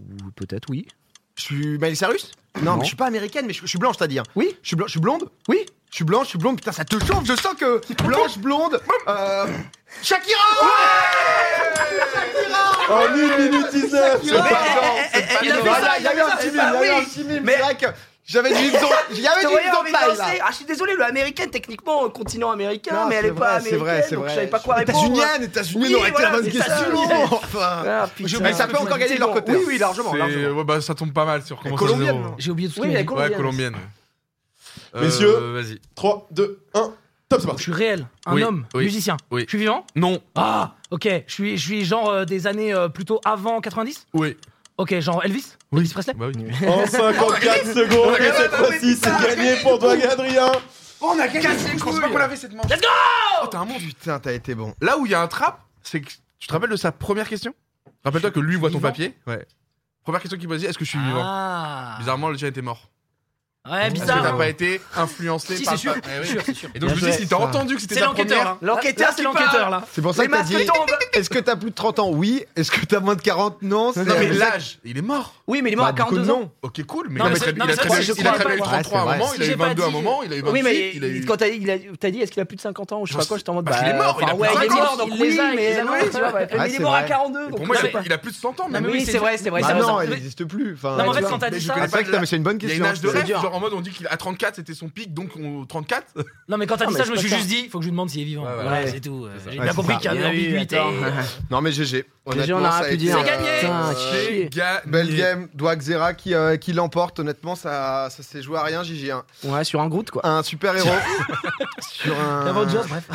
Ou Peut-être, oui. Je suis Miley Cyrus non, Non. mais je suis pas américaine, mais je, je suis blanche, t'as dit. hein. Oui. Je suis, blan- je suis blonde Oui. Je suis blanche, je suis blonde. Putain, ça te chauffe, je sens que. Blanche, blonde. Euh... Shakira En 1 minute 19 Shakira c'est pas- Eh, Il a fait ça, il y a eu un petit mime, il y a eu un petit mime. C'est vrai que j'avais du Ibsen, il y avait Je du voyais Ibsen envie de paille, lancer. là. Ah, je suis désolé, le américaine, techniquement, euh, continent américain, Non, mais elle c'est est pas vrai, c'est américaine. vrai, c'est donc vrai. Je savais pas quoi répondre. États-Unienne, États-Uniens Oui, aurait été la voilà, bonne c'est question. États-Unis. Enfin, Ah, putain. mais ça peut encore gagner de leur côté. Oui, oui, largement. C'est- largement. ouais, bah, ça tombe pas mal sur comment ça Colombienne, se non déroule. J'ai oublié tout ce Oui, qu'il m'a mais dit. Colombienne. Ouais, colombienne. Euh, Messieurs. Vas-y. 3, 2, 1. Top, c'est Je parti. suis réel, un Oui, homme, oui, musicien. oui. Je suis vivant Non. Ah, ok. Je suis, je suis genre euh, des années euh, plutôt avant 90 Oui. Ok, genre Elvis Elvis Presley Bah oui. En 54 secondes, et cette fois-ci, c'est gagné pour toi, Adrien. Oh, on a gagné Je pense pas qu'on l'avait cette manche. Oh, t'as un monstre. Putain, t'as été bon. Là où il y a un trap, c'est que tu te rappelles de sa première question Rappelle-toi que lui voit ton vivant papier. Ouais. Première question qu'il posait, est-ce que je suis vivant Ah Bizarrement, le tien était mort. Ouais, Parce que t'as bizarre. pas été influencé Si, par c'est le sûr, papier. Ouais, oui. sûr, c'est sûr. Et donc je me Bien dis joué. si t'as entendu que c'était C'est ta l'enquêteur. première. là. Ah, L'enquêteur Là, Ah, c'est qui parle. l'enquêteur, là. C'est pour ça Les que t'as masques dit tombent. est-ce que t'as plus de 30 ans Oui. Est-ce que t'as moins de 40 Non. C'est- Non mais l'âge, il est mort. Oui, mais il est Bah, mort à du coup, 42 ans. non. Ok cool, mais Non, il a mais très c'est- il non, mais a c'est très vrai, je bien il a crois très bien eu pas. 33 à un Ouais, c'est moment, vrai. il a Si eu j'ai pas 22 à un dit- moment, il a eu Oui, 28, mais il a eu. quand t'as dit, il a- t'as dit, est-ce qu'il a plus de 50 ans ou je sais pas J'en quoi, j'étais en mode. parce bah, qu'il est mort, il a enfin, plus ouais, de il est 50, mort, donc il oui, les a, il mais les a non, mangés. tu vois, bah, Ouais, mais il est Ah, c'est mort à vrai. 42. Pour donc moi, je sais il pas. a- il a plus de 100 ans Mais même. oui, c'est vrai, c'est vrai. Bah c'est vrai, non, c'est elle vrai. n'existe plus. Enfin, Non, mais en fait, tu vois. quand t'as dit Mais je ça, connais Ah, c'est vrai que non, mais c'est une bonne Il y a question. une âge de C'est- rêve, dur. genre en mode on dit qu'à 34 c'était son pic, donc on... 34 Non, mais quand t'as Non, dit mais ça, je me c'est suis pas juste dit, faut que je lui demande s'il est vivant. Ouais, ouais. Voilà, Ouais. c'est tout. euh, J'ai Ouais, bien c'est compris ça. hein. qu'il y avait une Il y a eu, ambiguïté. attends. Non, mais GG. GG, Honnêtement, on aurait ça a pu été, dire. euh, C'est gagné. Putain, C'est chier. gagné. Belle game, Douak Zera qui, euh, qui l'emporte. Honnêtement, ça, ça s'est joué à rien, GG. hein. Ouais, sur un Groot, quoi. Un super héros sur un. Avengers, bref.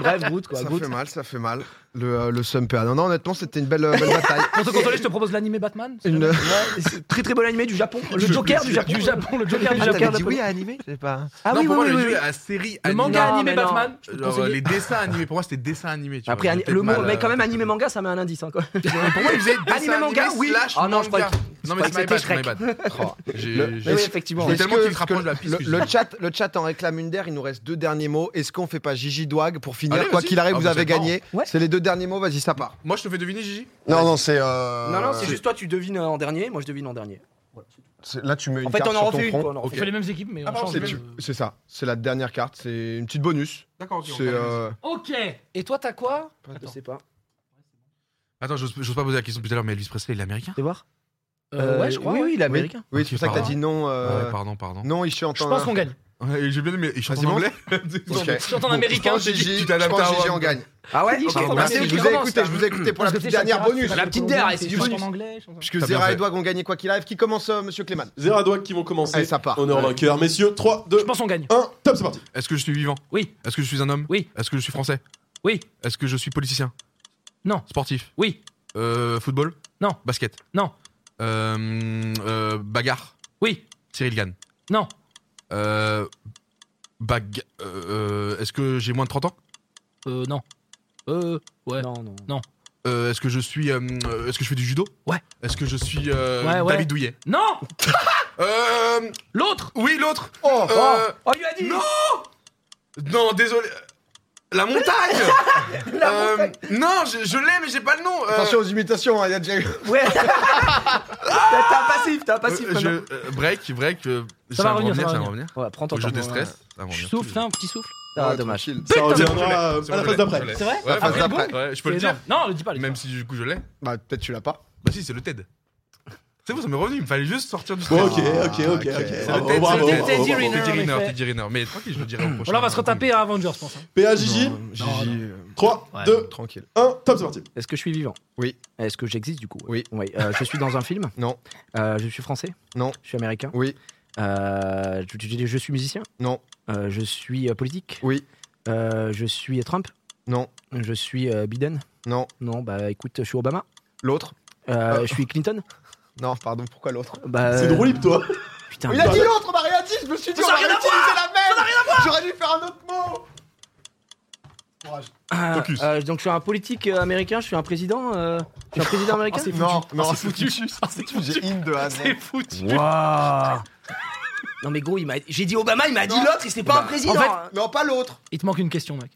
Bref, Groot, quoi. ça Groot. fait mal, ça fait mal. Le, euh, le Sum perd. Non, non, honnêtement, c'était une belle, euh, belle bataille. Pour te consoler, je te propose l'animé Batman. c'est Une... jamais- Ouais, c'est très très bon animé du Japon. Le Joker du Japon. Du Japon, le Joker du Ah, Ah, t'avais t'avais Joker. Joker, dit la oui à animer je sais pas. hein. Ah non, oui, pour oui, moi, oui, le oui. jeu oui. à série Le animée. manga Non, animé mais non. Batman. je peux te Genre, euh, conseiller. les dessins animés, pour moi c'était dessin animé. Tu Après, vois, ani- peut-être le mot, mal, mais quand euh, même, animé manga, ça met un indice. Hein, quoi. Pour moi, il faisait dessin Animé animé manga, oui. slash Ah non, je manga. croyais Non, mais je c'est my croyais que bad, c'était c'est my bad. J'ai- j'ai- Mais oui, effectivement. Mais Est-ce tellement que- qu'il te rapproche que de la piste le- que le, j'ai- chat, le chat en réclame une d'air. Il nous reste deux derniers mots. Est-ce qu'on fait pas Gigi Douag pour finir Allez, Quoi vas-y. qu'il arrive, Ah, vous bah, avez c'est gagné. marrant. Ouais. C'est les deux derniers mots. Vas-y, ça part. Moi, je te fais deviner, Gigi Non, non, c'est. euh, Non, non, c'est juste toi, tu devines euh, en dernier, moi je devine en dernier. c'est- Là, tu mets une En fait, carte on en sur ton refait une. front. quoi, on en On refait fait les mêmes équipes, mais on pardon, change. C'est de- tu- c'est ça. C'est la dernière carte. C'est une petite bonus. D'accord, ok. on C'est. fait la même. euh, Ok. Et toi, t'as quoi une. Je sais pas. Attends, j'ose j'ose pas poser la question depuis à l'heure, mais Elvis Presley, il est américain Tu voir Euh, Ouais, je crois. Oui, ouais. oui, l'américain. Oui, c'est pour ça que t'as dit non. euh, Ouais, pardon, pardon. Non, il chante Je en. pense qu'on gagne. Ouais, J'ai bien aimé. Il chante Vas-y, en anglais Ok. Je suis en Bon, américain. je pense Gigi, tu je t'adaptes pense à Gigi, Rome. on gagne. Ah ouais Ok, Pardon, bah, merci, c'est lui je qui vous ai commence, écouté, là. je vous ai écouté pour la Parce que petite c'est dernière Shakira, bonus. c'est La petite Colombienne, dernière, et c'est du chante bonus. en anglais, chante en- Puisque T'as bien Zera et fait. Doig ont gagné quoi qu'il arrive, qui commence euh, Monsieur Clément Zeradouac qui vont commencer. Allez, ça part. Honneur Ouais. vainqueur, messieurs. 3, 2, Je pense qu'on gagne. 1. Top, c'est parti. Est-ce que je suis vivant Oui. Est-ce que je suis un homme Oui. Est-ce que je suis français Oui. Est-ce que je suis politicien Non. Sportif Oui. Euh, Football Non. Basket Non. Euh, euh, bagarre Oui. Cyril Gann Non. Euh, baga- euh, euh, Est-ce que j'ai moins de 30 ans Euh, non. Euh, ouais. Non, non. Euh, Est-ce que je suis. euh, euh, Est-ce que je fais du judo Ouais. Est-ce que je suis. euh, Ouais, ouais. David Douillet Non Euh. L'autre Oui, l'autre Oh, Euh, Oh, il lui a dit Non Non, désolé La montagne Euh, Non, je, je l'ai, mais j'ai pas le nom. Euh, Attention aux imitations, hein, il y a déjà eu. Ouais. t'as t'as un passif, t'as un passif. euh, je- maintenant. euh, break, break. euh, Ça va revenir, revenir, ça va revenir. euh, va revenir. Ouais, prends Faut ton que je temps. déstresse. Ça va revenir. Je souffle, là, un petit souffle. Ah, dommage. Tranquille. Ça reviendra reviendra euh, à la phase d'après. C'est vrai Ouais, Ah, phase bon d'après. Ouais, je peux le C'est dire. énorme. Non, le dis pas. le dis Même pas. si du coup je l'ai. Bah, peut-être tu l'as pas. Bah si, c'est le TED. C'est bon, ça m'est revenu. Il me fallait juste sortir du Bon, stress. ok, ok, ok, Ah, ok. ok. C'est le Bravo, TED, bravo, c'est le bravo, TED bravo. Irina. Teddy Riner, en effet. Teddy Riner. Mais tranquille, je le dirai au prochain. Voilà, on va se retaper à Avengers, je pense. hein. PA Gigi, Gigi, euh, 3, Ouais. 2, tranquille. 1, top, c'est parti. Est-ce que je suis vivant Oui. Est-ce que j'existe du coup Oui. Euh, je suis dans un film Non. Euh, je suis français Non. Je suis américain Oui. Euh, je, je- je suis musicien Non. Euh, je suis euh, politique Oui. Euh, je suis Trump Non. Je suis euh, Biden Non. Non, bah écoute, je suis Obama. L'autre Euh, Ah. Je suis Clinton Non, pardon, pourquoi l'autre bah, euh, C'est drôle, toi. Ah, Putain, Il a bah, dit bah. l'autre, on a rien dit, je me suis dit, on Ça n'a va rien à réutiliser la même J'aurais dû faire un autre mot Ah, Focus. euh, donc je suis un politique euh, américain, je suis un président, euh, je suis un Oh, président américain. Non, non, C'est foutu. Ah, c'est foutu. j'ai in de hasard. C'est foutu. Waouh Non mais gros, il m'a j'ai dit Bah, Obama, il m'a dit Non. l'autre, et c'est pas un président. En hein. fait, non, pas l'autre Il te manque une question, mec.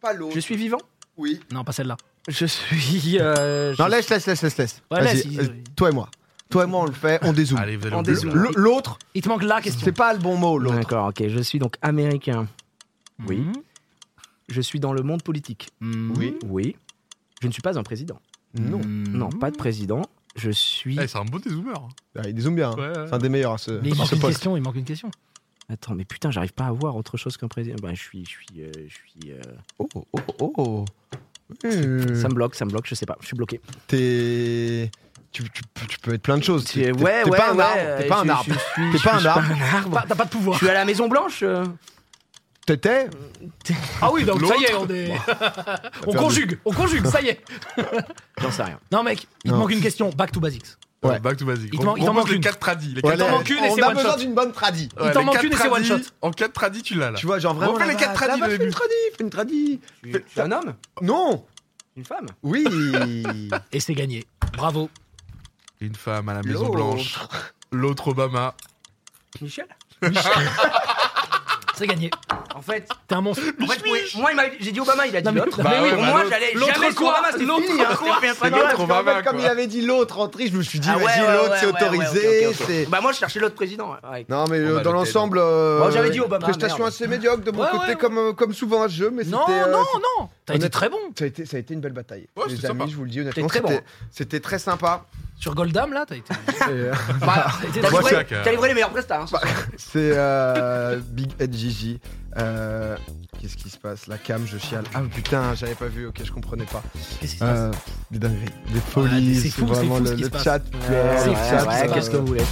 Pas l'autre. Je suis vivant Oui. Non, pas celle-là. Je suis euh, je Non, laisse, laisse, laisse, laisse, laisse. Ouais, Vas-y, laisse, il- euh, toi et moi. Toi et moi, on le fait, on Ah. dézoome. Allez, vous allez En au bout. dézoom. Le- L'autre, Il te manque la question. c'est pas le bon mot, l'autre. D'accord, OK, je suis donc américain. Oui. Mhm. Je suis dans le monde politique. Mhm. Oui. Je ne suis pas un président. Non. Mhm. Non, pas de président. Je suis Eh, C'est un bon dézoomer. Ah, Il dézoome bien. hein. Ouais, ouais. C'est un des meilleurs, hein, ce, Mais il ce manque une poste. question, il manque une question. Attends, mais putain, j'arrive pas à voir autre chose qu'un président. Bah, je suis je suis euh, je suis euh, Oh, oh, oh, oh. Euh, ça me bloque, ça me bloque, je sais pas, je suis bloqué. T'es. Tu, tu- tu peux être plein de choses. Tu- T'es- t'es- t'es pas un arbre. T'es pas un je- arbre. je suis- T'es je pas un suis arbre. arbre. Pas- T'as pas de Je pouvoir. suis à la Maison Blanche. euh. T'étais. Ah oui, donc ça y est, on est. on perdu. conjugue, on conjugue, ça y est. J'en sais rien. Non, mec, il te Non. manque une question. Back to basics. Ouais. Back to basic. Il te man- il t'en Repose manque les une. 4 tradis. Les Ouais, là, quatre tradis. manque une et On c'est a one besoin shot. d'une bonne tradie. Il t'en les manque quatre une et c'est one tradis- shot. En 4 tradis, tu l'as là. Tu vois, genre vraiment. Refais les la quatre vache, tradis, la le vache, début. Une tradie, une tradie. Tu, tu es un homme Non. Une femme Oui. Et c'est gagné. Bravo. Une femme à la Maison L'autre. Ah, Blanche. L'autre Obama. Michel C'est gagné. En fait, T'es un monstre. en fait, oui, moi, il m'a- j'ai dit Obama, il a dit Ah, Non, mais- l'autre. Bah Mais ouais, pour bah moi, l'autre- j'allais l'autre jamais sur quoi Obama, c'était L'autre fini. hein. C'était C'est pas grave. l'autre En Obama. fait, comme quoi. il avait dit l'autre en triche, je me suis dit, Ah ouais, vas-y, ouais, l'autre, ouais, c'est ouais, ouais, autorisé. ok, ok, ok. c'est- Bah, moi, je cherchais l'autre président. ouais. Ouais. Non, mais euh, On va dans le l'ensemble. euh, Bon, j'avais dit Obama, Prestation merde. assez médiocre de mon Ouais, côté, ouais. Comme, euh, comme souvent à ce jeu, mais Non, c'était. euh, non, non. T'as été honnête- très bon. Ça a, été, ça a été une belle bataille. Ouais, Les c'était amis, sympa. je vous le dis honnêtement, C'était très c'était- c'était très sympa. euh, Sur Goldam, là, t'as été. C'est- Bah, t'as été T'as très- Moi, livré, c'est vrai que- t'as livré les meilleurs prestats. hein. C'est euh, Big Ed Gigi. Euh, Qu'est-ce qui se passe La cam, je chiale. Ah putain, j'avais pas vu, ok, je comprenais pas. Qu'est-ce qui se passe Euh, des dingueries, des Ouais, folies, c'est fou, c'est vraiment fou le, ce qui le se passe. chat. pleure, Ouais, le ouais, chat, ouais, ça- Qu'est-ce que vous voulez